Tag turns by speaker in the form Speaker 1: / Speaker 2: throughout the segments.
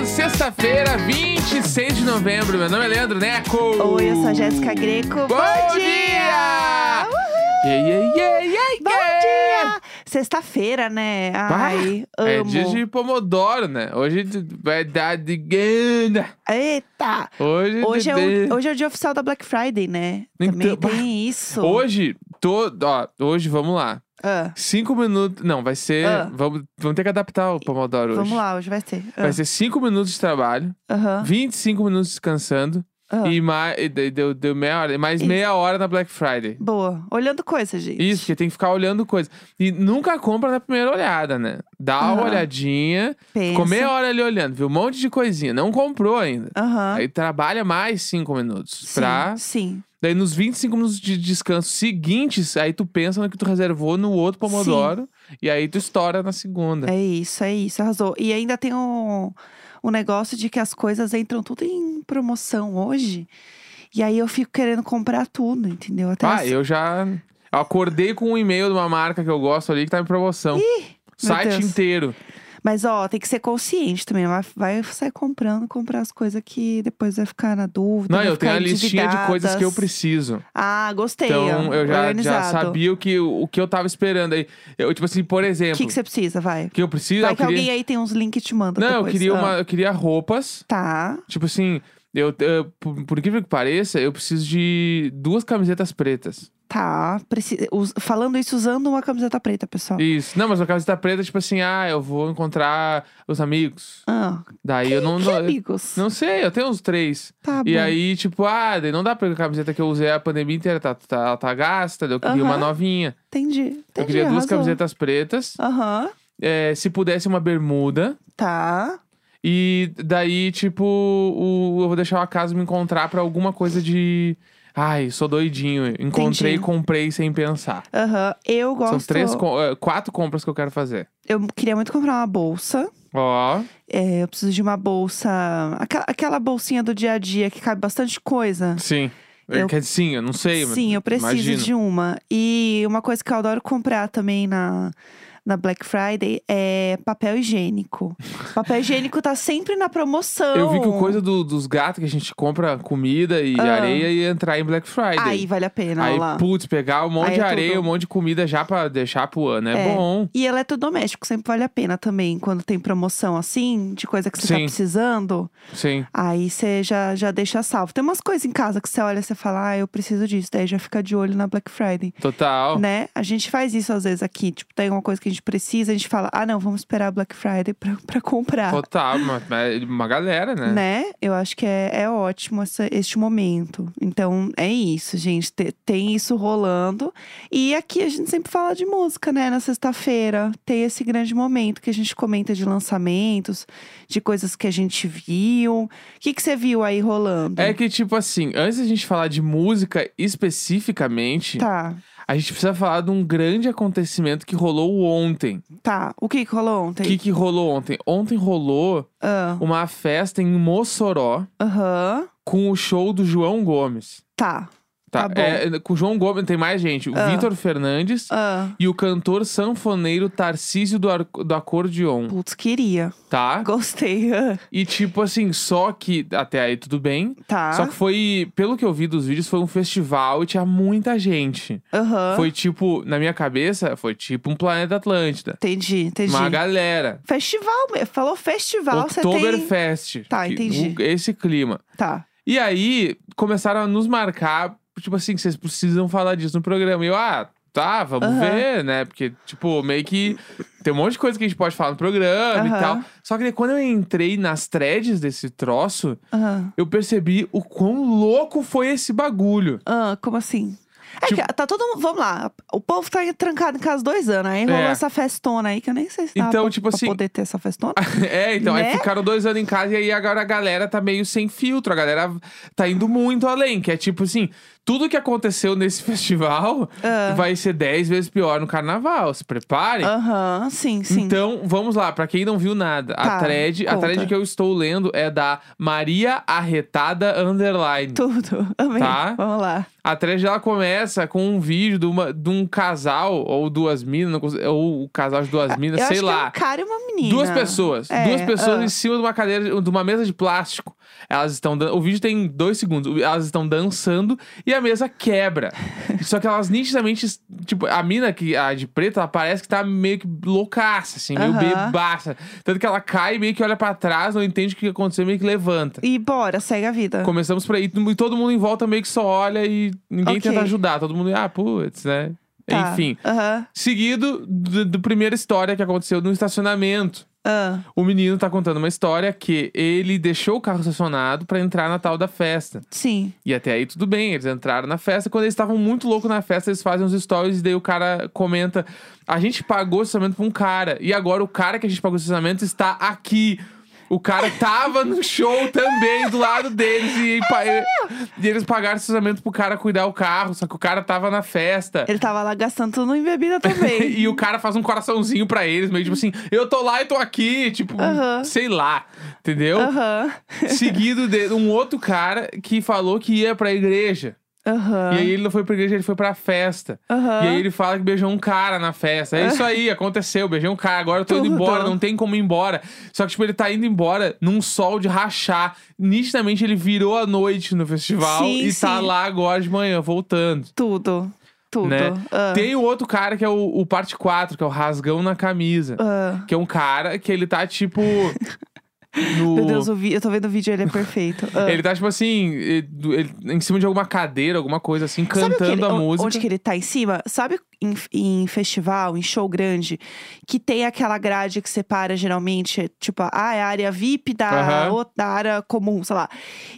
Speaker 1: um sexta-feira, 26 de novembro. Meu nome é Leandro Neco.
Speaker 2: Oi, eu sou a Jéssica Greco.
Speaker 1: Bom, dia!
Speaker 2: Uhul!
Speaker 1: Yeah, yeah, yeah, yeah,
Speaker 2: Bom
Speaker 1: yeah.
Speaker 2: dia! Sexta-feira, né? Ai,
Speaker 1: É
Speaker 2: amo.
Speaker 1: dia de Pomodoro, né? Hoje vai dar de ganda.
Speaker 2: Eita!
Speaker 1: Hoje,
Speaker 2: Hoje é,
Speaker 1: de-
Speaker 2: o, hoje é o dia oficial da Black Friday, né?
Speaker 1: Então,
Speaker 2: Também
Speaker 1: bah.
Speaker 2: tem isso.
Speaker 1: Hoje, tô, ó, hoje, vamos lá.
Speaker 2: Ah,
Speaker 1: Cinco minutos. Não, vai ser.
Speaker 2: Ah.
Speaker 1: Vamos, vamos ter que adaptar o Pomodoro hoje.
Speaker 2: vamos lá, hoje vai ser. Ah,
Speaker 1: Vai ser cinco minutos de trabalho,
Speaker 2: aham,
Speaker 1: 25 minutos descansando
Speaker 2: ah.
Speaker 1: e, ma- e daí deu, deu meia hora, e mais
Speaker 2: Isso.
Speaker 1: meia hora na Black Friday.
Speaker 2: Boa. Olhando coisa, gente.
Speaker 1: Isso, porque tem que ficar olhando coisa. E nunca compra na primeira olhada, né? Dá uma
Speaker 2: Aham.
Speaker 1: olhadinha,
Speaker 2: Pensa.
Speaker 1: ficou meia hora ali olhando, viu um monte de coisinha, não comprou ainda.
Speaker 2: Aham.
Speaker 1: Aí trabalha mais cinco minutos.
Speaker 2: Ah. Sim,
Speaker 1: é Pra...
Speaker 2: sim.
Speaker 1: Daí nos 25 minutos de descanso seguintes, aí tu pensa no que tu reservou no outro Pomodoro. E aí tu estoura na segunda.
Speaker 2: É isso, é isso. Arrasou. E ainda tem um, um negócio de que as coisas entram tudo em promoção hoje. E aí eu fico querendo comprar tudo, entendeu? Até
Speaker 1: Ah,
Speaker 2: as-
Speaker 1: eu já. eu acordei com um e-mail de uma marca que eu gosto ali que tá em promoção. Site
Speaker 2: Deus.
Speaker 1: inteiro.
Speaker 2: Mas ó, tem que ser consciente também. Vai, vai sair comprando, comprar as coisas que depois vai ficar na dúvida.
Speaker 1: Não,
Speaker 2: vai
Speaker 1: eu
Speaker 2: ficar
Speaker 1: tenho a listinha de coisas que eu
Speaker 2: endividadas.
Speaker 1: preciso.
Speaker 2: Ah, gostei.
Speaker 1: Então
Speaker 2: ó,
Speaker 1: eu já, já
Speaker 2: organizado.
Speaker 1: sabia o que, o que eu tava esperando aí. Eu, tipo assim, por
Speaker 2: O
Speaker 1: exemplo,
Speaker 2: que, que você precisa, vai.
Speaker 1: o que eu preciso,
Speaker 2: vai
Speaker 1: eu
Speaker 2: que
Speaker 1: queria.
Speaker 2: alguém aí tem uns links que te manda
Speaker 1: Não, eu
Speaker 2: depois.
Speaker 1: queria
Speaker 2: Ah,
Speaker 1: uma. Eu queria roupas.
Speaker 2: Tá.
Speaker 1: Tipo assim, eu, eu- por, por incrível que pareça, eu preciso de duas camisetas pretas.
Speaker 2: Tá, preci- us- falando isso usando uma camiseta preta, pessoal.
Speaker 1: Isso. Não, mas uma camiseta preta, tipo assim, ah, eu vou encontrar os amigos.
Speaker 2: Ah,
Speaker 1: Daí eu não.
Speaker 2: que é
Speaker 1: não
Speaker 2: amigos.
Speaker 1: não sei, eu tenho uns três.
Speaker 2: Tá
Speaker 1: e
Speaker 2: bom.
Speaker 1: aí, tipo, ah, daí não dá pra a camiseta que eu usei a pandemia inteira, tá, tá, ela tá gasta, daí eu queria uma
Speaker 2: Aham.
Speaker 1: novinha.
Speaker 2: Entendi. entendi
Speaker 1: eu queria duas
Speaker 2: arrasou.
Speaker 1: camisetas pretas.
Speaker 2: Aham.
Speaker 1: É, se pudesse, uma bermuda.
Speaker 2: Tá.
Speaker 1: E daí, tipo, o- eu vou deixar o acaso me encontrar pra alguma coisa de. Ai, sou doidinho. Encontrei,
Speaker 2: Entendi.
Speaker 1: comprei sem pensar.
Speaker 2: Aham. Eu gosto.
Speaker 1: São três, com- eh, quatro compras que eu quero fazer.
Speaker 2: Eu queria muito comprar uma bolsa.
Speaker 1: Ó,
Speaker 2: É, eu preciso de uma bolsa. Aquela, aquela bolsinha do dia a dia que cabe bastante coisa.
Speaker 1: sim. É,
Speaker 2: Eu-
Speaker 1: Quer dizer, sim, eu não sei, mas
Speaker 2: Sim, eu preciso
Speaker 1: imagino.
Speaker 2: de uma. E uma coisa que eu adoro comprar também na, na Black Friday é papel higiênico. papel higiênico tá sempre na promoção.
Speaker 1: Eu vi que o coisa do- dos gatos que a gente compra comida e
Speaker 2: um. Ah.
Speaker 1: areia e entrar em Black Friday.
Speaker 2: Aí vale a pena,
Speaker 1: Aí,
Speaker 2: olha lá.
Speaker 1: putz, pegar um monte
Speaker 2: Aí é
Speaker 1: de areia,
Speaker 2: tudo.
Speaker 1: um monte de comida já pra deixar pro ano. É,
Speaker 2: É.
Speaker 1: bom.
Speaker 2: E eletrodoméstico sempre vale a pena também, quando tem promoção assim, de coisa que você tá
Speaker 1: Sim.
Speaker 2: precisando.
Speaker 1: Sim.
Speaker 2: Aí você já, já deixa salvo. Tem umas coisas em casa que você olha e você fala, ah, eu preciso disso. Daí já fica de olho na Black Friday.
Speaker 1: Total.
Speaker 2: Né? A gente faz isso às vezes aqui. Tipo, tem uma coisa que a gente precisa, a gente fala, ah, não, vamos esperar a Black Friday pra, pra comprar.
Speaker 1: Total. Uma, uma galera, né?
Speaker 2: Né? Eu acho que é, é ótimo essa- este momento. Então, é isso, gente. Te- tem isso rolando. E aqui a gente sempre fala de música, né? Na sexta-feira. Tem esse grande momento que a gente comenta de lançamentos, de coisas que a gente viu. O que, que você viu aí rolando?
Speaker 1: É que, tipo assim, antes da gente falar de música especificamente,
Speaker 2: Tá,
Speaker 1: a gente precisa falar de um grande acontecimento que rolou ontem.
Speaker 2: tá. O que, que rolou
Speaker 1: O
Speaker 2: ontem?
Speaker 1: que, que rolou ontem? Ontem rolou
Speaker 2: Ah,
Speaker 1: uma festa em Mossoró
Speaker 2: Aham.
Speaker 1: com o show do João Gomes.
Speaker 2: Tá. Tá bom.
Speaker 1: é, com o João Gomes, tem mais gente. O
Speaker 2: Ah.
Speaker 1: Vitor Fernandes
Speaker 2: Ah,
Speaker 1: e o cantor sanfoneiro Tarcísio do, Ar- do Acordeon,
Speaker 2: putz, queria.
Speaker 1: tá?
Speaker 2: Gostei. Ah,
Speaker 1: E tipo assim, só que até aí tudo bem.
Speaker 2: Tá.
Speaker 1: Só que foi, pelo que eu vi dos vídeos, foi um festival e tinha muita gente.
Speaker 2: Aham.
Speaker 1: Foi tipo, na minha cabeça, foi tipo um planeta Atlântida.
Speaker 2: Entendi, entendi.
Speaker 1: Uma galera.
Speaker 2: Festival, me- falou festival, você
Speaker 1: é
Speaker 2: tem...
Speaker 1: Oktoberfest.
Speaker 2: Tá,
Speaker 1: que-
Speaker 2: entendi.
Speaker 1: o- Esse clima.
Speaker 2: Tá.
Speaker 1: E aí, começaram a nos marcar, tipo assim, vocês precisam falar disso no programa. E eu, ah, tá, vamos
Speaker 2: Aham.
Speaker 1: ver, né? Porque, tipo, meio que tem um monte de coisa que a gente pode falar no programa e
Speaker 2: Aham.
Speaker 1: tal. Só que daí, quando eu entrei nas threads desse troço,
Speaker 2: Aham.
Speaker 1: eu percebi o quão louco foi esse bagulho.
Speaker 2: Ah, como assim? É
Speaker 1: Tipo-
Speaker 2: que tá todo mundo. Vamos lá. O povo tá trancado em casa dois anos. Aí rolou
Speaker 1: É.
Speaker 2: essa festona aí, que eu nem sei se dá
Speaker 1: Então,
Speaker 2: pra,
Speaker 1: tipo
Speaker 2: pra
Speaker 1: assim-
Speaker 2: poder ter essa festona.
Speaker 1: É, então, aí
Speaker 2: Né?
Speaker 1: ficaram dois anos em casa e aí agora a galera tá meio sem filtro. A galera tá indo muito além, que é tipo assim, Tudo que aconteceu nesse festival
Speaker 2: Ah.
Speaker 1: vai ser 10 vezes pior no carnaval. Se preparem.
Speaker 2: Aham, sim, Ah, sim.
Speaker 1: Então, vamos lá, pra quem não viu nada, a
Speaker 2: Tá,
Speaker 1: thread, a
Speaker 2: conta.
Speaker 1: thread que eu estou lendo é da Maria Arretada Underline.
Speaker 2: Tudo. Amei.
Speaker 1: Tá.
Speaker 2: Vamos lá.
Speaker 1: A thread ela começa com um vídeo de, uma- de um casal, ou duas minas, não consigo- ou o casal de duas minas,
Speaker 2: Eu
Speaker 1: sei
Speaker 2: acho que é
Speaker 1: lá.
Speaker 2: um cara e uma menina.
Speaker 1: Duas pessoas.
Speaker 2: É,
Speaker 1: duas pessoas
Speaker 2: ah.
Speaker 1: em cima de uma cadeira, de uma mesa de plástico. Elas estão dan- O vídeo tem dois segundos. Elas estão dançando e a mesa quebra. Só que elas nitidamente. Tipo, a mina que, a de preto, ela parece que tá meio que loucaça, assim, meio
Speaker 2: Aham.
Speaker 1: bebaça. Tanto que ela cai e meio que olha pra trás, não entende o que aconteceu, meio que levanta.
Speaker 2: E bora, segue a vida.
Speaker 1: Começamos por aí. E todo mundo em volta meio que só olha e ninguém
Speaker 2: Ok.
Speaker 1: tenta ajudar. Todo mundo, ah, putz, né?
Speaker 2: Tá.
Speaker 1: Enfim.
Speaker 2: Aham.
Speaker 1: Seguido do, do primeira história que aconteceu no estacionamento.
Speaker 2: ah.
Speaker 1: O menino tá contando uma história que ele deixou o carro estacionado pra entrar na tal da festa.
Speaker 2: Sim.
Speaker 1: E até aí tudo bem, eles entraram na festa. Quando eles estavam muito loucos na festa, eles fazem uns stories e daí o cara comenta: A gente pagou o estacionamento pra um cara. E agora o cara que a gente pagou o estacionamento está aqui. O cara tava no show também do lado deles e, pa- e- e eles pagaram o estacionamento pro cara cuidar o carro, só que o cara tava na festa.
Speaker 2: Ele tava lá gastando tudo em bebida também.
Speaker 1: E o cara faz um coraçãozinho pra eles, meio tipo assim, eu tô lá e tô aqui, tipo,
Speaker 2: Aham.
Speaker 1: sei lá, entendeu?
Speaker 2: Aham.
Speaker 1: Seguido de um outro cara que falou que ia pra igreja.
Speaker 2: Aham.
Speaker 1: E aí ele não foi pra igreja, ele foi pra festa.
Speaker 2: Aham.
Speaker 1: E aí ele fala que beijou um cara na festa. É isso aí, aconteceu, beijei um cara, agora eu tô indo
Speaker 2: Tudo.
Speaker 1: embora, não tem como ir embora. Só que, tipo, ele tá indo embora num sol de rachar. Nitidamente ele virou a noite no festival
Speaker 2: Sim,
Speaker 1: e tá
Speaker 2: sim.
Speaker 1: lá agora de manhã, voltando.
Speaker 2: Tudo. Tudo.
Speaker 1: Né?
Speaker 2: Ah.
Speaker 1: Tem o outro cara que é o, o parte 4, que é o rasgão na camisa.
Speaker 2: Ah.
Speaker 1: Que é um cara que ele tá tipo. no-
Speaker 2: Meu Deus, o vi... eu tô vendo o vídeo, ele é perfeito. Ah.
Speaker 1: Ele tá tipo assim, ele- ele- em cima de alguma cadeira, alguma coisa assim,
Speaker 2: Sabe o que
Speaker 1: cantando
Speaker 2: ele-
Speaker 1: a
Speaker 2: o-
Speaker 1: música.
Speaker 2: Onde que ele tá em cima? Sabe em, em festival, em show grande, que tem aquela grade que separa geralmente, tipo, ah, é a área VIP da,
Speaker 1: Aham.
Speaker 2: outra- da área comum, sei lá.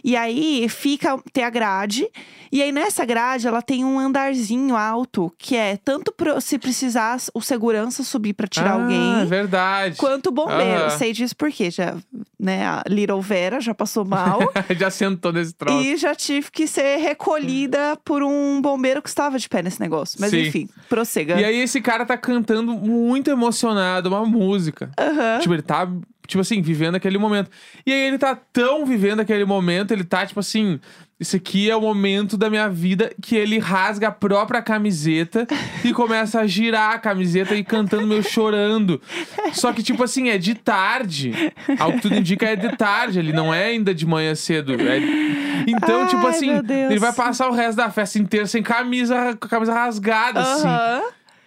Speaker 2: E aí fica, tem a grade, e aí nessa grade ela tem um andarzinho alto, que é tanto pro- se precisar o segurança subir pra tirar
Speaker 1: ah, É
Speaker 2: alguém.
Speaker 1: verdade.
Speaker 2: Quanto bombeiro,
Speaker 1: Aham.
Speaker 2: sei disso porque já, né, a Little Vera já passou mal.
Speaker 1: Já sentou nesse troço.
Speaker 2: E já tive que ser recolhida por um bombeiro que estava de pé nesse negócio. Mas
Speaker 1: Sim.
Speaker 2: enfim, prossega.
Speaker 1: E aí esse cara tá cantando muito emocionado uma música.
Speaker 2: Aham.
Speaker 1: Tipo, ele tá, tipo assim, vivendo aquele momento. E aí ele tá tão vivendo aquele momento, ele tá, tipo assim, isso aqui é o momento da minha vida que ele rasga a própria camiseta e começa a girar a camiseta e cantando meio chorando. Só que, tipo assim, é de tarde. Ao que tudo indica é de tarde, ele não é ainda de manhã cedo. é- Então,
Speaker 2: Ai,
Speaker 1: tipo assim,
Speaker 2: meu Deus.
Speaker 1: ele vai passar o resto da festa inteira sem camisa, com a camisa rasgada, assim.
Speaker 2: Aham.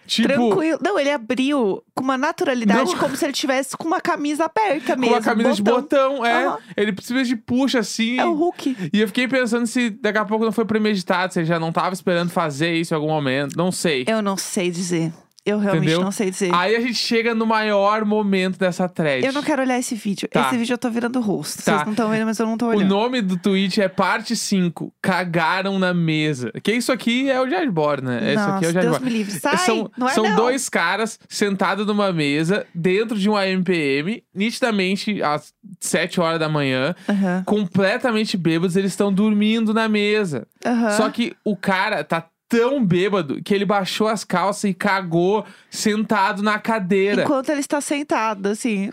Speaker 1: Tipo,
Speaker 2: Tranquilo. Não, ele abriu com uma naturalidade,
Speaker 1: Não.
Speaker 2: como se ele tivesse com uma camisa aberta mesmo.
Speaker 1: com a camisa de botão, é.
Speaker 2: Aham.
Speaker 1: Ele precisa de puxa, assim.
Speaker 2: É o Hulk.
Speaker 1: E eu fiquei pensando se daqui a pouco não foi premeditado, se ele já não tava esperando fazer isso em algum momento, não sei.
Speaker 2: Eu não sei dizer. Eu realmente
Speaker 1: Entendeu?
Speaker 2: não sei dizer.
Speaker 1: Aí a gente chega no maior momento dessa thread.
Speaker 2: Eu não quero olhar esse vídeo.
Speaker 1: Tá.
Speaker 2: Esse vídeo eu tô virando o rosto.
Speaker 1: Tá.
Speaker 2: Vocês não estão vendo, mas eu não tô
Speaker 1: O
Speaker 2: olhando.
Speaker 1: nome do tweet é parte 5, cagaram na mesa. Que isso aqui é o Jadbor, né? Isso aqui é o
Speaker 2: Nossa, Deus
Speaker 1: Jadbor.
Speaker 2: me livre. Sai!
Speaker 1: são
Speaker 2: não é
Speaker 1: são
Speaker 2: não.
Speaker 1: dois caras sentados numa mesa, dentro de um uma MPM, nitidamente às 7 horas da manhã,
Speaker 2: Aham,
Speaker 1: completamente bêbados, eles estão dormindo na mesa.
Speaker 2: aham.
Speaker 1: Só que o cara tá tão bêbado que ele baixou as calças e cagou sentado na cadeira.
Speaker 2: Enquanto ele está sentado, assim.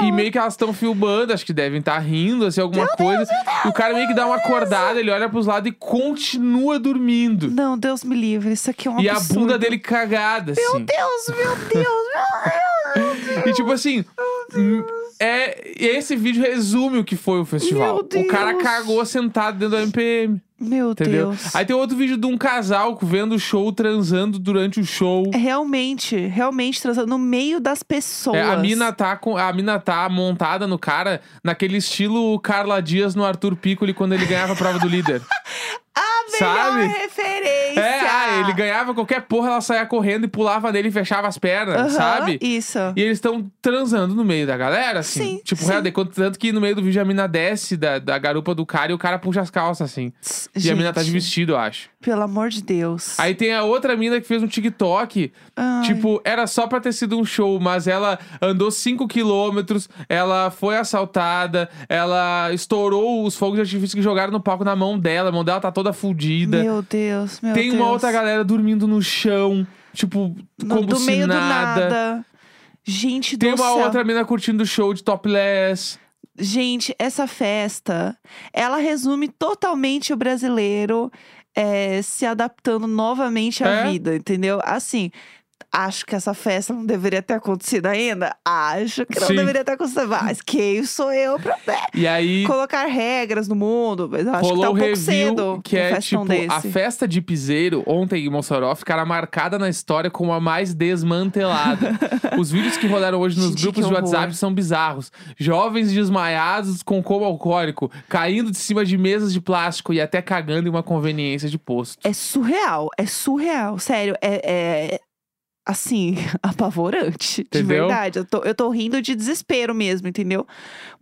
Speaker 1: E meio que elas estão filmando, acho que devem estar rindo, assim, alguma coisa. e o cara meio que dá uma acordada, ele olha pros lados e continua dormindo.
Speaker 2: Não, Deus me livre. Isso aqui é um
Speaker 1: e a
Speaker 2: absurdo.
Speaker 1: bunda dele cagada, assim.
Speaker 2: Deus, meu Deus, meu Deus.
Speaker 1: E tipo assim. hum, É, esse vídeo resume o que foi o festival.
Speaker 2: Meu
Speaker 1: O cara
Speaker 2: Deus.
Speaker 1: cagou sentado dentro do MPM,
Speaker 2: Meu
Speaker 1: entendeu?
Speaker 2: Deus.
Speaker 1: Aí tem outro vídeo de um casal vendo o show, transando durante o show.
Speaker 2: É Realmente, realmente, transando no meio das pessoas.
Speaker 1: É, a mina tá com a mina tá montada no cara naquele estilo Carla Dias no Arthur Piccoli quando ele ganhava a prova do líder.
Speaker 2: Melhor
Speaker 1: sabe?
Speaker 2: referência.
Speaker 1: É, ah, ele ganhava qualquer porra, ela saía correndo e pulava nele e fechava as pernas,
Speaker 2: Aham,
Speaker 1: sabe?
Speaker 2: Isso.
Speaker 1: E eles estão transando no meio da galera, assim.
Speaker 2: Sim,
Speaker 1: tipo,
Speaker 2: sim.
Speaker 1: real, de quanto- tanto que no meio do vídeo a mina desce da, da garupa do cara e o cara puxa as calças, assim. E a mina tá de
Speaker 2: Gente,
Speaker 1: vestido, eu acho.
Speaker 2: Pelo amor de Deus.
Speaker 1: Aí tem a outra mina que fez um TikTok
Speaker 2: Ai.
Speaker 1: Tipo, era só pra ter sido um show, mas ela andou 5 quilômetros, ela foi assaltada, ela estourou os fogos de artifício que jogaram no palco na mão dela, a mão dela tá toda fodida.
Speaker 2: Meu Deus, meu
Speaker 1: Tem
Speaker 2: Deus.
Speaker 1: uma outra galera dormindo no chão, tipo,
Speaker 2: No-
Speaker 1: como
Speaker 2: Do
Speaker 1: se
Speaker 2: meio
Speaker 1: nada.
Speaker 2: do nada. Gente
Speaker 1: Tem
Speaker 2: do
Speaker 1: uma
Speaker 2: céu.
Speaker 1: outra menina curtindo o show de topless.
Speaker 2: Gente, essa festa, ela resume totalmente o brasileiro é, se adaptando novamente à
Speaker 1: É.
Speaker 2: vida, entendeu? Assim, acho que essa festa não deveria ter acontecido ainda. Acho que não
Speaker 1: Sim.
Speaker 2: deveria ter acontecido. Mas quem sou eu pra né,
Speaker 1: E aí
Speaker 2: colocar regras no mundo? Mas eu acho que
Speaker 1: rolou
Speaker 2: tá um
Speaker 1: o
Speaker 2: pouco
Speaker 1: review,
Speaker 2: cedo
Speaker 1: que
Speaker 2: um
Speaker 1: é
Speaker 2: festão
Speaker 1: tipo, a
Speaker 2: desse.
Speaker 1: festa de piseiro, ontem em Mossoró, ficará marcada na história como a mais desmantelada. Os vídeos que rolaram hoje nos
Speaker 2: Gente,
Speaker 1: grupos
Speaker 2: que
Speaker 1: de
Speaker 2: horror.
Speaker 1: WhatsApp são bizarros. Jovens desmaiados com coma alcoólico, caindo de cima de mesas de plástico e até cagando em uma conveniência de posto.
Speaker 2: É surreal, é surreal. Sério, é. é, Assim, apavorante.
Speaker 1: Entendeu?
Speaker 2: De verdade. Eu tô, eu tô rindo de desespero mesmo, entendeu?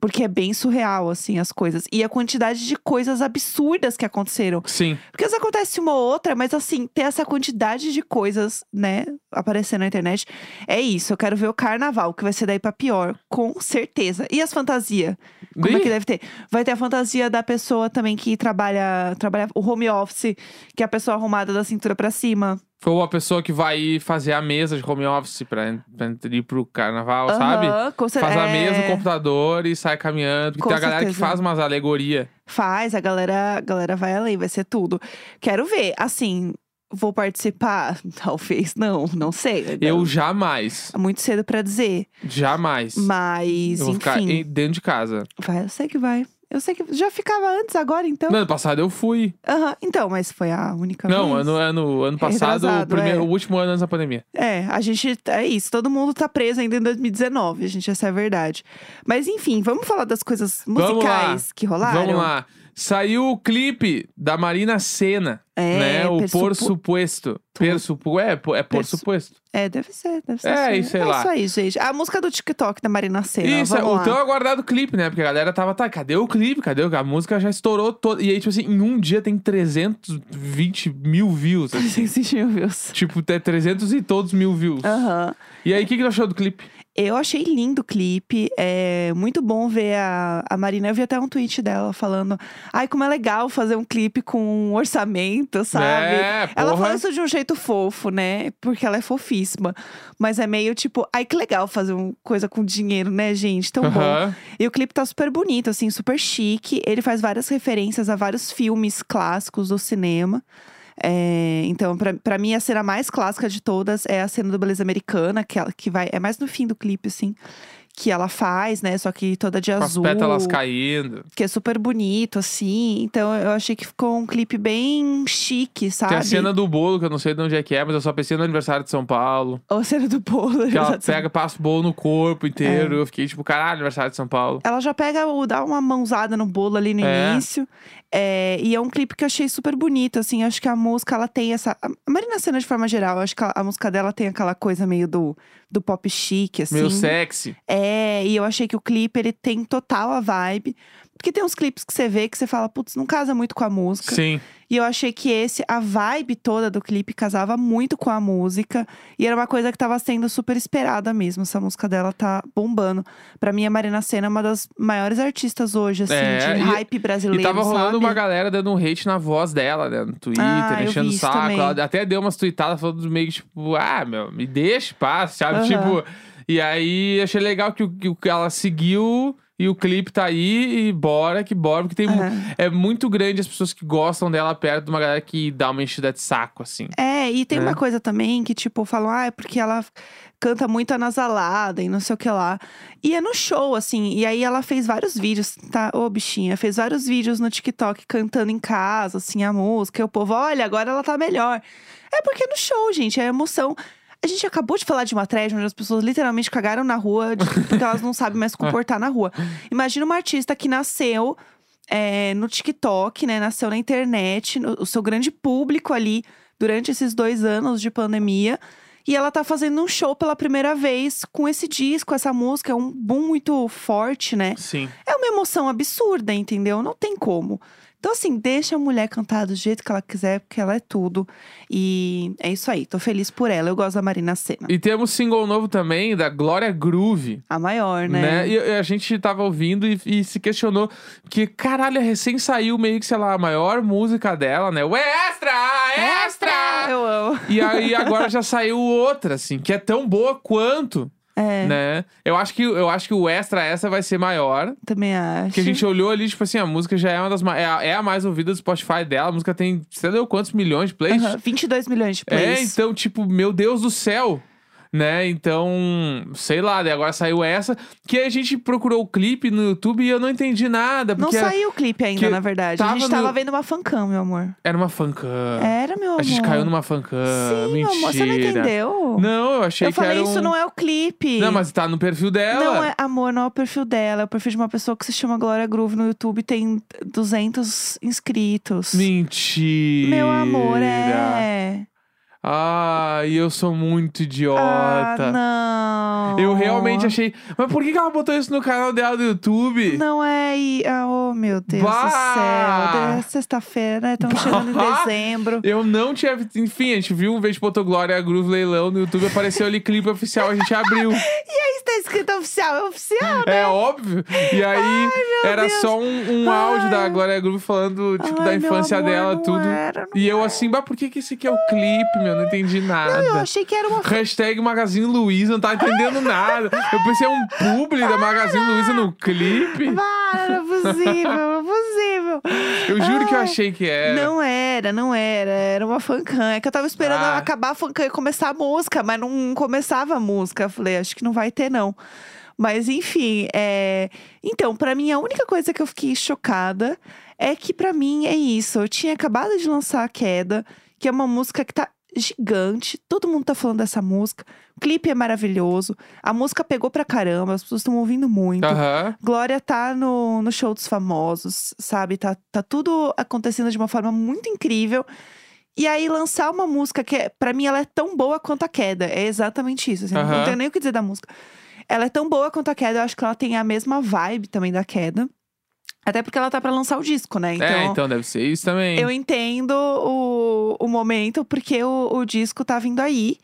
Speaker 2: Porque é bem surreal, assim, as coisas. E a quantidade de coisas absurdas que aconteceram.
Speaker 1: Sim.
Speaker 2: Porque isso acontece uma ou outra, mas assim, ter essa quantidade de coisas, né, aparecendo na internet. É isso. Eu quero ver o carnaval, que vai ser daí pra pior, com certeza. E as fantasias? Como é
Speaker 1: Ih,
Speaker 2: que deve ter? Vai ter a fantasia da pessoa também que trabalha, trabalha o home office, que é a pessoa arrumada da cintura pra cima.
Speaker 1: Foi uma pessoa que vai fazer a mesa de home office pra, pra ir pro carnaval,
Speaker 2: Aham,
Speaker 1: sabe?
Speaker 2: com cer-
Speaker 1: Faz a
Speaker 2: é,
Speaker 1: mesa no computador e sai caminhando. Porque
Speaker 2: Com
Speaker 1: tem a galera que
Speaker 2: certeza.
Speaker 1: faz umas alegoria.
Speaker 2: Faz, a galera, a galera vai além, vai ser tudo. Quero ver, assim, vou participar? Talvez não, não sei. né?
Speaker 1: Eu jamais,
Speaker 2: É Muito cedo pra dizer,
Speaker 1: jamais.
Speaker 2: mas
Speaker 1: eu vou ficar
Speaker 2: enfim,
Speaker 1: em- dentro de casa.
Speaker 2: vai, eu sei que vai. Eu sei que já ficava antes agora, então.
Speaker 1: No ano passado eu fui.
Speaker 2: Aham, então, mas foi a única
Speaker 1: Não,
Speaker 2: vez.
Speaker 1: ano, ano, ano passado, o,
Speaker 2: Retrasado,
Speaker 1: primeiro,
Speaker 2: é.
Speaker 1: o último ano antes da pandemia.
Speaker 2: É, a gente. É isso, todo mundo tá preso ainda em 2019, gente, essa é a verdade. Mas enfim, vamos falar das coisas
Speaker 1: Vamos lá.
Speaker 2: musicais que rolaram?
Speaker 1: Vamos lá. Saiu o clipe da Marina Senna,
Speaker 2: É,
Speaker 1: né? O
Speaker 2: Persupo-
Speaker 1: Por Supuesto. Per supu... É, po- é Por
Speaker 2: Persu-
Speaker 1: Supuesto.
Speaker 2: É, deve ser, deve ser.
Speaker 1: É,
Speaker 2: isso aí.
Speaker 1: e sei
Speaker 2: é
Speaker 1: lá.
Speaker 2: isso aí, gente. A música do TikTok da Marina Senna.
Speaker 1: Isso,
Speaker 2: vamos
Speaker 1: o
Speaker 2: lá.
Speaker 1: tão aguardado clipe, né? Porque a galera tava, tá, cadê o clipe? Cadê? o- A música já estourou toda. E aí, tipo assim, em um dia tem 320 mil views. assim.
Speaker 2: 100 views.
Speaker 1: tipo, até 300 e todos mil views.
Speaker 2: Aham.
Speaker 1: E aí, o que, que tu achou do clipe?
Speaker 2: Eu achei lindo o clipe. É muito bom ver a, a Marina. Eu vi até um tweet dela falando: ai, como é legal fazer um clipe com um orçamento, sabe?
Speaker 1: É,
Speaker 2: Ela
Speaker 1: porra.
Speaker 2: falou isso de um jeito fofo, né? Porque ela é fofíssima. Mas é meio tipo, ai que legal fazer uma coisa com dinheiro, né, gente? Tão bom.
Speaker 1: Aham.
Speaker 2: E o clipe tá super bonito, assim, super chique. Ele faz várias referências a vários filmes clássicos do cinema. É, então, pra, pra mim, a cena mais clássica de todas é a cena do Beleza Americana, que, ela, que vai. É mais no fim do clipe, assim. Que ela faz, né? Só que toda de
Speaker 1: Com as
Speaker 2: azul
Speaker 1: pétalas caindo.
Speaker 2: que é super bonito, assim. Então eu achei que ficou um clipe bem chique, sabe?
Speaker 1: Tem a cena do bolo, que eu não sei de onde é que é, mas eu só pensei no aniversário de São Paulo.
Speaker 2: Ou a cena do bolo.
Speaker 1: Que ela
Speaker 2: exato.
Speaker 1: pega, passa o bolo no corpo
Speaker 2: É.
Speaker 1: inteiro. Eu fiquei tipo, caralho, aniversário de São Paulo.
Speaker 2: Ela já pega o dá uma mãozada no bolo ali no
Speaker 1: É.
Speaker 2: início. É, e é um clipe que eu achei super bonito, assim. Acho que a música, ela tem essa. A Marina Sena, de forma geral, acho que ela- a música dela tem aquela coisa meio do, do pop chique, assim.
Speaker 1: Meio sexy.
Speaker 2: É, e eu achei que o clipe, ele tem total a vibe. Porque tem uns clipes que você vê que você fala, putz, não casa muito com a música.
Speaker 1: Sim.
Speaker 2: E eu achei que esse, a vibe toda do clipe casava muito com a música. E era uma coisa que tava sendo super esperada mesmo. Essa música dela tá bombando. Pra mim, a Marina Senna é uma das maiores artistas hoje, assim,
Speaker 1: É,
Speaker 2: de
Speaker 1: e-
Speaker 2: hype brasileiro.
Speaker 1: E tava rolando
Speaker 2: sabe? É.
Speaker 1: uma galera dando um hate na voz dela, né? No Twitter,
Speaker 2: Ah, eu
Speaker 1: enchendo o
Speaker 2: vi isso
Speaker 1: saco.
Speaker 2: também.
Speaker 1: Ela até deu umas tweetadas falando meio que, tipo, ah, meu, me deixa, passa, sabe?
Speaker 2: Aham.
Speaker 1: Tipo. E aí achei legal que, o- que o- que ela seguiu e o clipe tá aí e bora que bora, porque tem. mu- É muito grande as pessoas que gostam dela perto de uma galera que dá uma enchida de saco, assim.
Speaker 2: É, e tem
Speaker 1: né?
Speaker 2: uma coisa também que, tipo, falam, ah, é porque ela canta muito anasalada e não sei o que lá. E é no show, assim. E aí ela fez vários vídeos, tá? Ô, bichinha, fez vários vídeos no TikTok cantando em casa, assim, a música. E o povo, olha, agora ela tá melhor. É porque é no show, gente, é emoção. A gente acabou de falar de uma thread onde as pessoas literalmente cagaram na rua de- porque elas não sabem mais se comportar na rua. Imagina uma artista que nasceu é, no TikTok, né? Nasceu na internet, no- o seu grande público ali durante esses dois anos de pandemia. E ela tá fazendo um show pela primeira vez com esse disco, essa música, é um boom muito forte, né?
Speaker 1: Sim.
Speaker 2: É uma emoção absurda, entendeu? Não tem como. Então, assim, deixa a mulher cantar do jeito que ela quiser, porque ela é tudo. E é isso aí. Tô feliz por ela. Eu gosto da Marina Senna.
Speaker 1: E temos single novo também, da Glória Groove.
Speaker 2: A maior, né?
Speaker 1: Né? E a gente tava ouvindo e, e se questionou que, caralho, é recém saiu meio que, sei lá, a maior música dela, né? O Extra! É Extra!
Speaker 2: Eu amo.
Speaker 1: E aí agora já saiu outra, assim, que é tão boa quanto,
Speaker 2: É,
Speaker 1: né? Eu acho que, eu acho que o Extra essa vai ser maior.
Speaker 2: também acho.
Speaker 1: Porque a gente olhou ali, tipo assim, a música já é uma das ma- é a, é a mais ouvida do Spotify dela. A música tem, sei lá, quantos milhões de plays?
Speaker 2: Aham, 22 milhões de
Speaker 1: É,
Speaker 2: plays.
Speaker 1: então, tipo, meu Deus do céu. Né? Então, sei lá, daí agora saiu essa. Que a gente procurou o clipe no YouTube e eu não entendi nada.
Speaker 2: Não
Speaker 1: Porque era,
Speaker 2: saiu o clipe ainda,
Speaker 1: que
Speaker 2: na verdade. a gente
Speaker 1: tava no-
Speaker 2: tava vendo uma fancam, meu amor.
Speaker 1: era uma fancam.
Speaker 2: Era, meu É, amor.
Speaker 1: a gente caiu numa fancam.
Speaker 2: Sim,
Speaker 1: Mentira.
Speaker 2: meu amor, você não entendeu?
Speaker 1: Não, eu achei
Speaker 2: eu
Speaker 1: que
Speaker 2: falei,
Speaker 1: era um...
Speaker 2: isso não é o clipe.
Speaker 1: Não, mas tá no perfil dela.
Speaker 2: Não é, amor, não é o perfil dela. É o perfil de uma pessoa que se chama Glória Groove no YouTube tem 200 inscritos.
Speaker 1: Mentira.
Speaker 2: Meu amor, é.
Speaker 1: Ai, eu sou muito
Speaker 2: Ah,
Speaker 1: idiota.
Speaker 2: não.
Speaker 1: eu realmente achei. Mas por que que ela botou isso no canal dela do YouTube?
Speaker 2: Não é. e- ah, Oh, meu Deus
Speaker 1: Bah!
Speaker 2: do céu. De- Sexta-feira, né? Estamos
Speaker 1: Bah!
Speaker 2: chegando em dezembro.
Speaker 1: Eu não tinha. vi- Enfim, a gente viu um vez que botou Glória Groove leilão no YouTube, apareceu ali clipe oficial, a gente abriu.
Speaker 2: Está escrito oficial, é oficial.
Speaker 1: É óbvio. E aí era
Speaker 2: Deus.
Speaker 1: só um, um áudio
Speaker 2: Ai.
Speaker 1: da Glória Groove falando, tipo,
Speaker 2: Ai,
Speaker 1: da
Speaker 2: meu
Speaker 1: infância
Speaker 2: amor,
Speaker 1: dela,
Speaker 2: não
Speaker 1: tudo.
Speaker 2: era, não
Speaker 1: e eu assim, bah, por que, que esse aqui é o clipe, meu? Não entendi nada.
Speaker 2: Eu achei que era uma.
Speaker 1: Hashtag Magazine Luiza, não tava entendendo nada. Eu pensei um publi
Speaker 2: Ah,
Speaker 1: da Magazine Luiza no clipe.
Speaker 2: Para, não é possível, não é possível.
Speaker 1: Eu juro que eu
Speaker 2: Ai.
Speaker 1: achei que era.
Speaker 2: Não era, não era. Era uma fancam. É que eu tava esperando
Speaker 1: Ah.
Speaker 2: acabar a fancam e começar a música, mas não começava a música. Eu falei, acho que não vai ter, não. Mas enfim, é... então, pra mim, a única coisa que eu fiquei chocada é que, pra mim, é isso. Eu tinha acabado de lançar a Queda, que é uma música que tá gigante. Todo mundo tá falando dessa música. O clipe é maravilhoso. A música pegou pra caramba, as pessoas estão ouvindo muito.
Speaker 1: Aham.
Speaker 2: Glória tá no, no show dos famosos, sabe? Tá, tá tudo acontecendo de uma forma muito incrível. E aí lançar uma música que, é, pra mim, ela é tão boa quanto a queda. É exatamente isso. assim,
Speaker 1: Aham.
Speaker 2: Não tenho nem o que dizer da música. Ela é tão boa quanto a queda, eu acho que ela tem a mesma vibe também da queda. Até porque ela tá pra lançar o disco, né? Então,
Speaker 1: É, então deve ser isso também.
Speaker 2: eu entendo o, o momento, porque o, o disco tá vindo aí.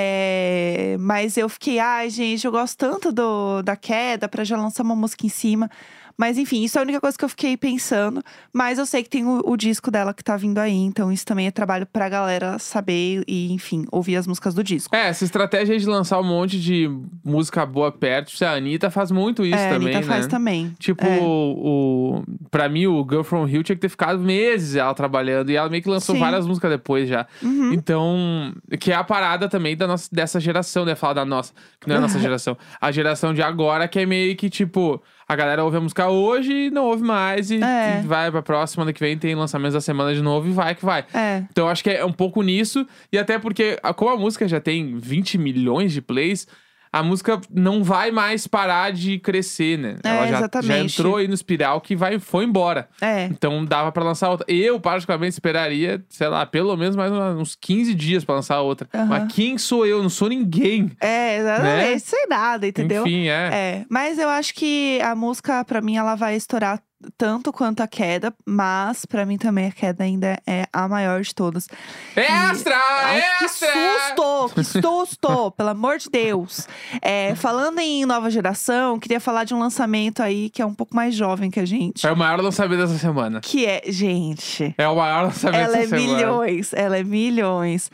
Speaker 2: É, mas eu fiquei, ai, gente, eu gosto tanto do, da queda pra já lançar uma música em cima. Mas enfim, isso é a única coisa que eu fiquei pensando. Mas eu sei que tem o, o disco dela que tá vindo aí, então isso também é trabalho pra galera saber e, enfim, ouvir as músicas do disco.
Speaker 1: É, essa estratégia aí de lançar um monte de música boa perto. tipo, A Anitta faz muito isso
Speaker 2: é, a
Speaker 1: também,
Speaker 2: Anitta
Speaker 1: né?
Speaker 2: faz também.
Speaker 1: Tipo,
Speaker 2: É.
Speaker 1: o, o. Pra mim, o Girl From Hill tinha que ter ficado meses ela trabalhando. E ela meio que lançou
Speaker 2: Sim.
Speaker 1: várias músicas depois já.
Speaker 2: Uhum.
Speaker 1: Então, que é a parada também da nossa, dessa geração, né? Falar da nossa, que não é a
Speaker 2: Uhum.
Speaker 1: nossa geração. A geração de agora, que é meio que tipo, a galera ouve a música hoje e não ouve mais, e,
Speaker 2: É.
Speaker 1: e vai pra próxima, ano que vem tem lançamentos da semana de novo e vai que vai.
Speaker 2: É,
Speaker 1: Então, eu acho que é um pouco nisso, e até porque, a- como a música já tem 20 milhões de plays. A música não vai mais parar de crescer, né?
Speaker 2: É,
Speaker 1: Ela já, já
Speaker 2: exatamente.
Speaker 1: entrou aí no espiral que vai, foi embora.
Speaker 2: é.
Speaker 1: Então dava pra lançar outra. Eu, particularmente, esperaria, sei lá, pelo menos mais uma- uns 15 dias pra lançar outra.
Speaker 2: Aham.
Speaker 1: Mas quem sou eu? Não sou ninguém.
Speaker 2: É,
Speaker 1: Né?
Speaker 2: exatamente. Sem nada, entendeu?
Speaker 1: Enfim, é.
Speaker 2: É, mas eu acho que a música, pra mim, ela vai estourar tanto quanto a queda, mas pra mim também a queda ainda é a maior de todas.
Speaker 1: Extra!
Speaker 2: É, Ai, que
Speaker 1: extra!
Speaker 2: susto! Que susto! pelo amor de Deus! É, falando em nova geração, queria falar de um lançamento aí que é um pouco mais jovem que a gente.
Speaker 1: É o maior lançamento dessa semana.
Speaker 2: Que é, gente,
Speaker 1: É o maior lançamento
Speaker 2: ela é
Speaker 1: dessa semana.
Speaker 2: milhões, ela é milhões.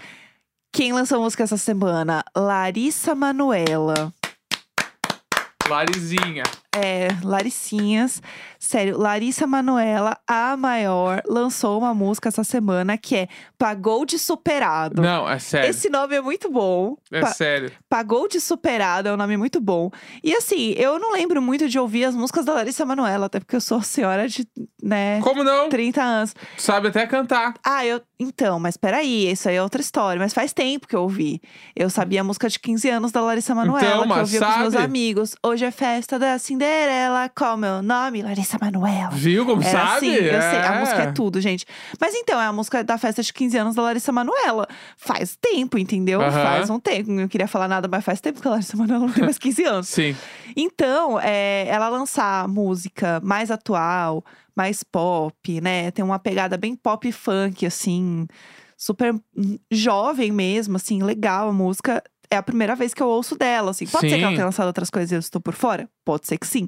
Speaker 2: Quem lançou música essa semana? Larissa Manuela.
Speaker 1: Larizinha.
Speaker 2: É, Laricinhas. Sério, Larissa Manoela, a maior, lançou uma música essa semana que é Pagou de Superado.
Speaker 1: Não, é sério.
Speaker 2: Esse nome é muito bom.
Speaker 1: É
Speaker 2: Pa-
Speaker 1: sério.
Speaker 2: Pagou de Superado é um nome muito bom. E assim, eu não lembro muito de ouvir as músicas da Larissa Manoela, até porque eu sou senhora de, né,
Speaker 1: Como não?
Speaker 2: 30 anos.
Speaker 1: Tu sabe até cantar.
Speaker 2: Ah, eu. Então, mas peraí, isso aí é outra história. Mas faz tempo que eu ouvi. Eu sabia a música de 15 anos da Larissa Manoela, que eu
Speaker 1: Então, mas
Speaker 2: ouvia com os meus
Speaker 1: sabe?
Speaker 2: amigos. Hoje é festa da Cinderela. Cinderela, qual o meu nome? Larissa Manoela.
Speaker 1: Viu como
Speaker 2: Era
Speaker 1: sabe?
Speaker 2: assim, eu
Speaker 1: é.
Speaker 2: sei, a música é tudo, gente. Mas então, é a música da festa de 15 anos da Larissa Manoela. Faz tempo, entendeu?
Speaker 1: Aham.
Speaker 2: Faz um tempo. Não queria falar nada, mas faz tempo que a Larissa Manoela não tem mais 15 anos.
Speaker 1: Sim.
Speaker 2: Então, é, ela lançar música mais atual, mais pop, né? Tem uma pegada bem pop e funk, assim, super hum, jovem mesmo, assim, legal a música. É a primeira vez que eu ouço dela, assim. Pode ser que ela
Speaker 1: Sim.
Speaker 2: tenha lançado outras coisas e eu estou por fora? Pode ser que sim.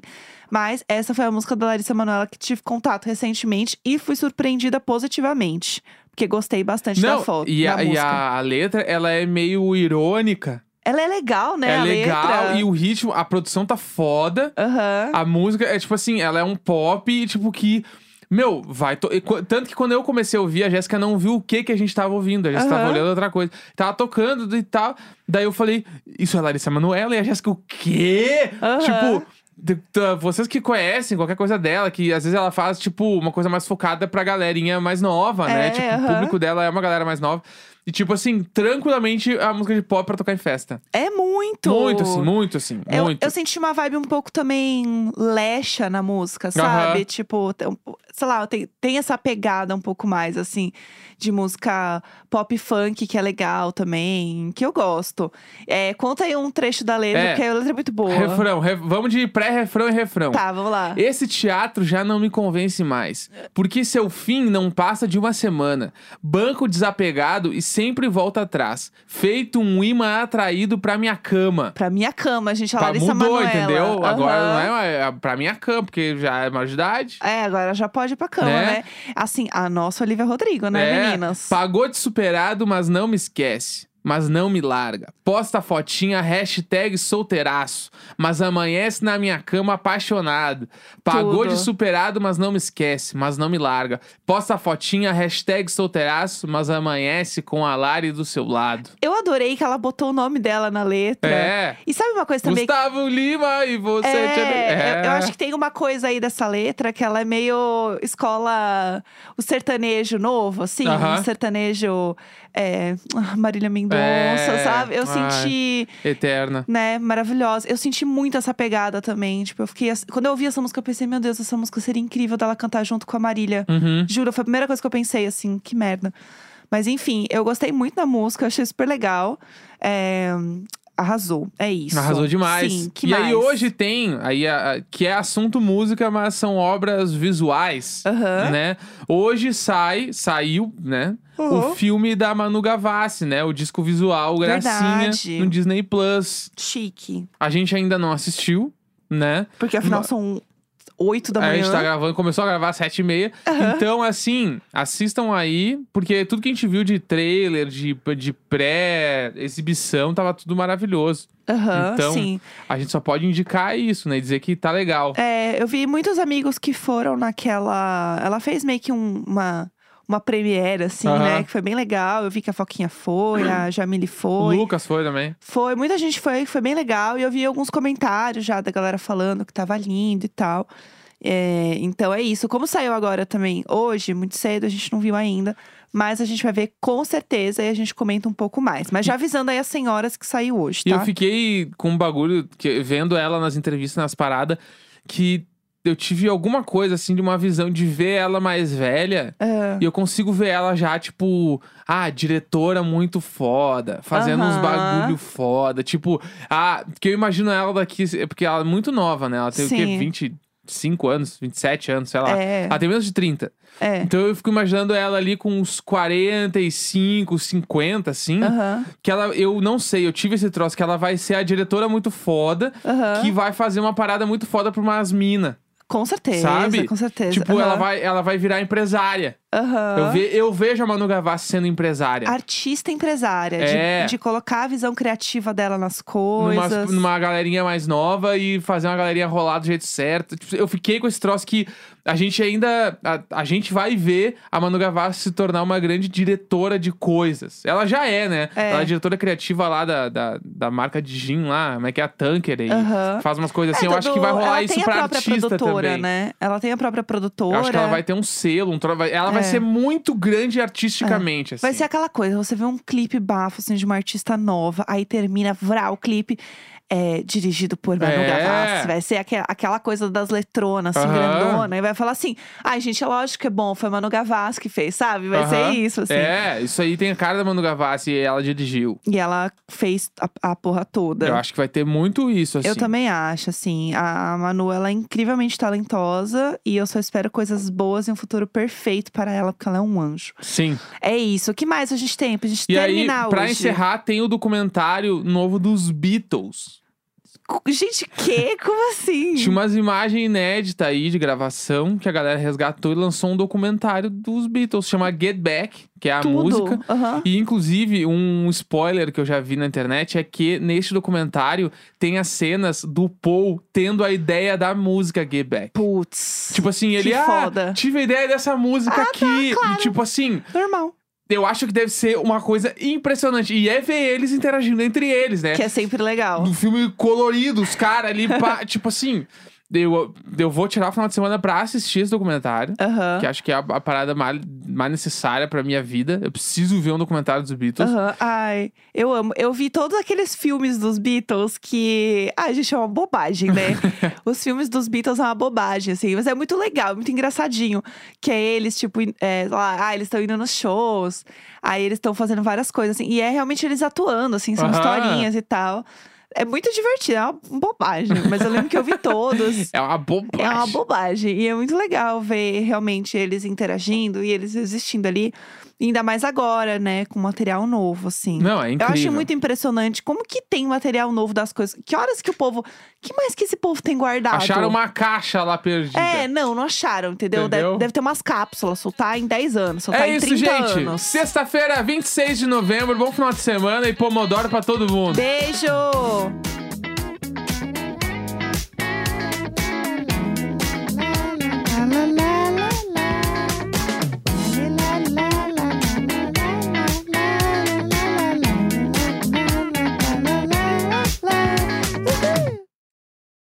Speaker 2: Mas essa foi a música da Larissa Manoela que tive contato recentemente e fui surpreendida positivamente. Porque gostei bastante
Speaker 1: Não,
Speaker 2: da foto.
Speaker 1: e,
Speaker 2: da
Speaker 1: a, e
Speaker 2: tá música.
Speaker 1: a, a letra, ela é meio irônica.
Speaker 2: Ela é legal, né?
Speaker 1: é
Speaker 2: a
Speaker 1: legal
Speaker 2: letra.
Speaker 1: e o ritmo, a produção tá foda.
Speaker 2: Aham.
Speaker 1: A música é tipo assim, ela é um pop, tipo que. Meu, vai. to- e qu- Tanto que quando eu comecei a ouvir, a Jéssica não viu o que que a gente tava ouvindo. A gente tava
Speaker 2: Aham.
Speaker 1: olhando outra coisa. Tava tocando e tal. Daí eu falei, isso é Larissa Manoela e a Jéssica, o quê?
Speaker 2: Aham.
Speaker 1: Tipo. t- t- Vocês que conhecem qualquer coisa dela, que às vezes ela faz, tipo, uma coisa mais focada pra galerinha mais nova, né?
Speaker 2: É,
Speaker 1: Tipo, o
Speaker 2: aham.
Speaker 1: público dela é uma galera mais nova. E, tipo assim, tranquilamente a música de pop pra tocar em festa.
Speaker 2: É muito.
Speaker 1: Muito assim, muito assim.
Speaker 2: Eu,
Speaker 1: muito.
Speaker 2: eu senti uma vibe um pouco também lecha na música, sabe?
Speaker 1: Aham.
Speaker 2: Tipo, tem um po- sei lá, tem, tem essa pegada um pouco mais, assim, de música pop funk, que é legal também, que eu gosto. É, conta aí um trecho da letra,
Speaker 1: É.
Speaker 2: porque a letra é muito boa.
Speaker 1: Refrão, re- vamos de pré-refrão e refrão.
Speaker 2: Tá, vamos lá.
Speaker 1: Esse teatro já não me convence mais, porque seu fim não passa de uma semana. Banco desapegado e sempre volta atrás, feito um imã atraído pra minha cama.
Speaker 2: Pra minha cama, gente, a
Speaker 1: Tá,
Speaker 2: Larissa
Speaker 1: mudou,
Speaker 2: Manoela.
Speaker 1: entendeu? Agora
Speaker 2: Aham.
Speaker 1: não é, uma- é pra minha cama, porque já é maior de idade.
Speaker 2: É, agora já pode ir pra cama,
Speaker 1: Né?
Speaker 2: né? Assim, a nossa Olivia Rodrigo, né,
Speaker 1: É,
Speaker 2: meninas?
Speaker 1: Pagou de superado, mas não me esquece. Mas não me larga. Posta a fotinha, hashtag solteiraço. Mas amanhece na minha cama apaixonado. Pagou
Speaker 2: Tudo.
Speaker 1: de superado, mas não me esquece. Mas não me larga. Posta a fotinha, hashtag solteiraço. Mas amanhece com a Lari do seu lado.
Speaker 2: Eu adorei que ela botou o nome dela na letra.
Speaker 1: É.
Speaker 2: E sabe uma coisa também
Speaker 1: Gustavo Lima e você.
Speaker 2: É, Eu, eu acho que tem uma coisa aí dessa letra que ela é meio escola. O sertanejo novo, assim.
Speaker 1: Aham.
Speaker 2: Um sertanejo. é, ah, Marília Mendonça,
Speaker 1: É,
Speaker 2: sabe? Eu
Speaker 1: ai.
Speaker 2: senti.
Speaker 1: Eterna.
Speaker 2: Né, maravilhosa. Eu senti muito essa pegada também. Tipo, eu fiquei. ass- Quando eu ouvi essa música, eu pensei, meu Deus, essa música seria incrível dela cantar junto com a Marília.
Speaker 1: Uhum.
Speaker 2: Juro, foi a primeira coisa que eu pensei, assim, que merda. Mas enfim, eu gostei muito da música, eu achei super legal. É, Arrasou, é isso.
Speaker 1: Arrasou demais.
Speaker 2: Sim, que
Speaker 1: e
Speaker 2: mais?
Speaker 1: aí hoje tem, aí a- a- que é assunto música, mas são obras visuais,
Speaker 2: Aham.
Speaker 1: né? Hoje sai, saiu, né?
Speaker 2: Uhum.
Speaker 1: O filme da Manu Gavassi, né? O disco visual Gracinha
Speaker 2: Verdade.
Speaker 1: no Disney Plus.
Speaker 2: Chique.
Speaker 1: A gente ainda não assistiu, né?
Speaker 2: Porque afinal
Speaker 1: Ma-
Speaker 2: são oito da
Speaker 1: A
Speaker 2: manhã.
Speaker 1: gente tá gravando, começou a gravar às sete e meia. Então, assim, assistam aí, porque tudo que a gente viu de trailer, de, de pré-exibição, tava tudo maravilhoso.
Speaker 2: Aham,
Speaker 1: Então-
Speaker 2: sim.
Speaker 1: A gente só pode indicar isso, né? Dizer que tá legal.
Speaker 2: É, eu vi muitos amigos que foram naquela. Ela fez meio que um- uma, uma premiere, assim,
Speaker 1: Aham.
Speaker 2: né? Que foi bem legal. Eu vi que a Foquinha foi, a Jamile
Speaker 1: O
Speaker 2: foi.
Speaker 1: Lucas foi também.
Speaker 2: Foi, muita gente foi, foi bem legal. E eu vi alguns comentários já da galera falando que tava lindo e tal. É, então é isso. Como saiu agora também hoje, muito cedo, a gente não viu ainda. Mas a gente vai ver com certeza e a gente comenta um pouco mais. Mas já avisando aí as senhoras que saiu hoje,
Speaker 1: E eu
Speaker 2: tá?
Speaker 1: fiquei com um bagulho, que, vendo ela nas entrevistas, nas paradas, que eu tive alguma coisa, assim, de uma visão de ver ela mais velha.
Speaker 2: Ah,
Speaker 1: E eu consigo ver ela já, tipo, ah, diretora muito foda, fazendo uns
Speaker 2: Aham.
Speaker 1: bagulho foda. Tipo, ah, porque eu imagino ela daqui, é porque ela é muito nova, né? Ela tem o quê?
Speaker 2: Sim.
Speaker 1: 25 anos, 27 anos, sei lá.
Speaker 2: é,
Speaker 1: Ela tem menos de 30.
Speaker 2: é.
Speaker 1: Então eu fico imaginando ela ali com uns 45, 50, assim.
Speaker 2: Aham,
Speaker 1: Que ela, eu não sei, eu tive esse troço, que ela vai ser a diretora muito foda,
Speaker 2: aham.
Speaker 1: que vai fazer uma parada muito foda pra umas mina.
Speaker 2: Com certeza,
Speaker 1: Sabe?
Speaker 2: com certeza.
Speaker 1: Tipo, ela,
Speaker 2: Aham,
Speaker 1: vai, ela vai virar empresária.
Speaker 2: aham. Ah,
Speaker 1: Eu, ve- eu vejo a Manu Gavassi sendo empresária.
Speaker 2: Artista empresária, de-
Speaker 1: É.
Speaker 2: de, colocar a visão criativa dela nas
Speaker 1: Numa,
Speaker 2: coisas.
Speaker 1: numa galerinha mais nova e fazer uma galerinha rolar do jeito certo. Tipo, eu fiquei com esse troço que a gente ainda. A, a gente vai ver a Manu Gavassi se tornar uma grande diretora de coisas. Ela já é, né?
Speaker 2: É.
Speaker 1: Ela é diretora criativa lá da, da, da marca de gin lá, como é que é a Tanker aí.
Speaker 2: Aham.
Speaker 1: Faz umas coisas assim.
Speaker 2: É,
Speaker 1: eu acho
Speaker 2: todo-
Speaker 1: que vai rolar
Speaker 2: ela
Speaker 1: isso
Speaker 2: tem a
Speaker 1: pra
Speaker 2: própria
Speaker 1: artista
Speaker 2: produtora,
Speaker 1: também.
Speaker 2: né? Ela tem a própria produtora.
Speaker 1: Eu acho que ela vai ter um selo, um tro... vai- Ela vai ser muito grande artisticamente, assim.
Speaker 2: É. Vai ser aquela coisa, você vê um clipe bafo, assim, de uma artista nova, aí termina, vrá, o clipe é dirigido por Manu
Speaker 1: É.
Speaker 2: Gavassi. Vai ser aquela, aquela coisa das letronas, assim,
Speaker 1: Aham.
Speaker 2: grandona. E vai falar assim, ai gente, é lógico que é bom, foi Manu Gavassi que fez, sabe? Vai ser
Speaker 1: Aham.
Speaker 2: isso, assim.
Speaker 1: É, isso aí tem a cara da Manu Gavassi e ela dirigiu.
Speaker 2: E ela fez a, a porra toda.
Speaker 1: Eu acho que vai ter muito isso, assim.
Speaker 2: É. Eu também acho, assim. A a Manu, ela é incrivelmente talentosa e eu só espero coisas boas e um futuro perfeito para ela, porque ela é um anjo.
Speaker 1: Sim.
Speaker 2: É isso. O que mais a gente tem pra gente
Speaker 1: E aí,
Speaker 2: terminar
Speaker 1: pra
Speaker 2: hoje?
Speaker 1: encerrar, tem o documentário novo dos Beatles.
Speaker 2: Co- Gente, que? Como assim?
Speaker 1: Tinha umas imagens inéditas aí de gravação que a galera resgatou e lançou um documentário dos Beatles. Chama Get Back, que é a
Speaker 2: Tudo.
Speaker 1: música.
Speaker 2: Aham.
Speaker 1: E tipo, inclusive, um spoiler que eu já vi na internet é que neste documentário tem as cenas do Paul tendo a ideia da música Get Back.
Speaker 2: Putz.
Speaker 1: Tipo assim, ele,
Speaker 2: Que
Speaker 1: ah,
Speaker 2: foda." Ah, tá,
Speaker 1: tive a ideia dessa música aqui.
Speaker 2: claro.
Speaker 1: E tipo assim,
Speaker 2: Normal.
Speaker 1: eu acho que deve ser uma coisa impressionante. E é ver eles interagindo entre eles, né?
Speaker 2: Que é sempre legal.
Speaker 1: No filme colorido, os caras ali, pá, tipo assim. Eu, eu vou tirar o final de semana pra assistir esse documentário.
Speaker 2: Aham.
Speaker 1: Que acho que é a, a parada mais, mais necessária pra minha vida. Eu preciso ver um documentário dos Beatles.
Speaker 2: Aham. Ai, eu amo. Eu vi todos aqueles filmes dos Beatles que. Ai, gente, é uma bobagem, né? Os filmes dos Beatles é uma bobagem, assim. Mas é muito legal, muito engraçadinho. Que é eles, tipo, in- é, lá, ah, eles estão indo nos shows. Aí eles estão fazendo várias coisas, assim. E é realmente eles atuando, assim, são
Speaker 1: Aham.
Speaker 2: historinhas e tal. É muito divertido, é uma bobagem. Mas eu lembro que eu vi todos.
Speaker 1: É uma bobagem.
Speaker 2: É uma bobagem. E é muito legal ver realmente eles interagindo e eles existindo ali. Ainda mais agora, né? Com material novo, assim.
Speaker 1: Não, é
Speaker 2: Eu
Speaker 1: incrível.
Speaker 2: acho muito impressionante como que tem material novo das coisas. Que horas que o povo. Que mais que esse povo tem guardado?
Speaker 1: Acharam uma caixa lá perdida.
Speaker 2: É, não, não acharam, entendeu?
Speaker 1: Entendeu?
Speaker 2: Deve, deve ter umas cápsulas, soltar em 10 anos, soltar
Speaker 1: É
Speaker 2: tá em
Speaker 1: isso,
Speaker 2: 30
Speaker 1: gente.
Speaker 2: anos.
Speaker 1: Sexta-feira, 26 de novembro. Bom final de semana e Pomodoro pra todo mundo.
Speaker 2: Beijo!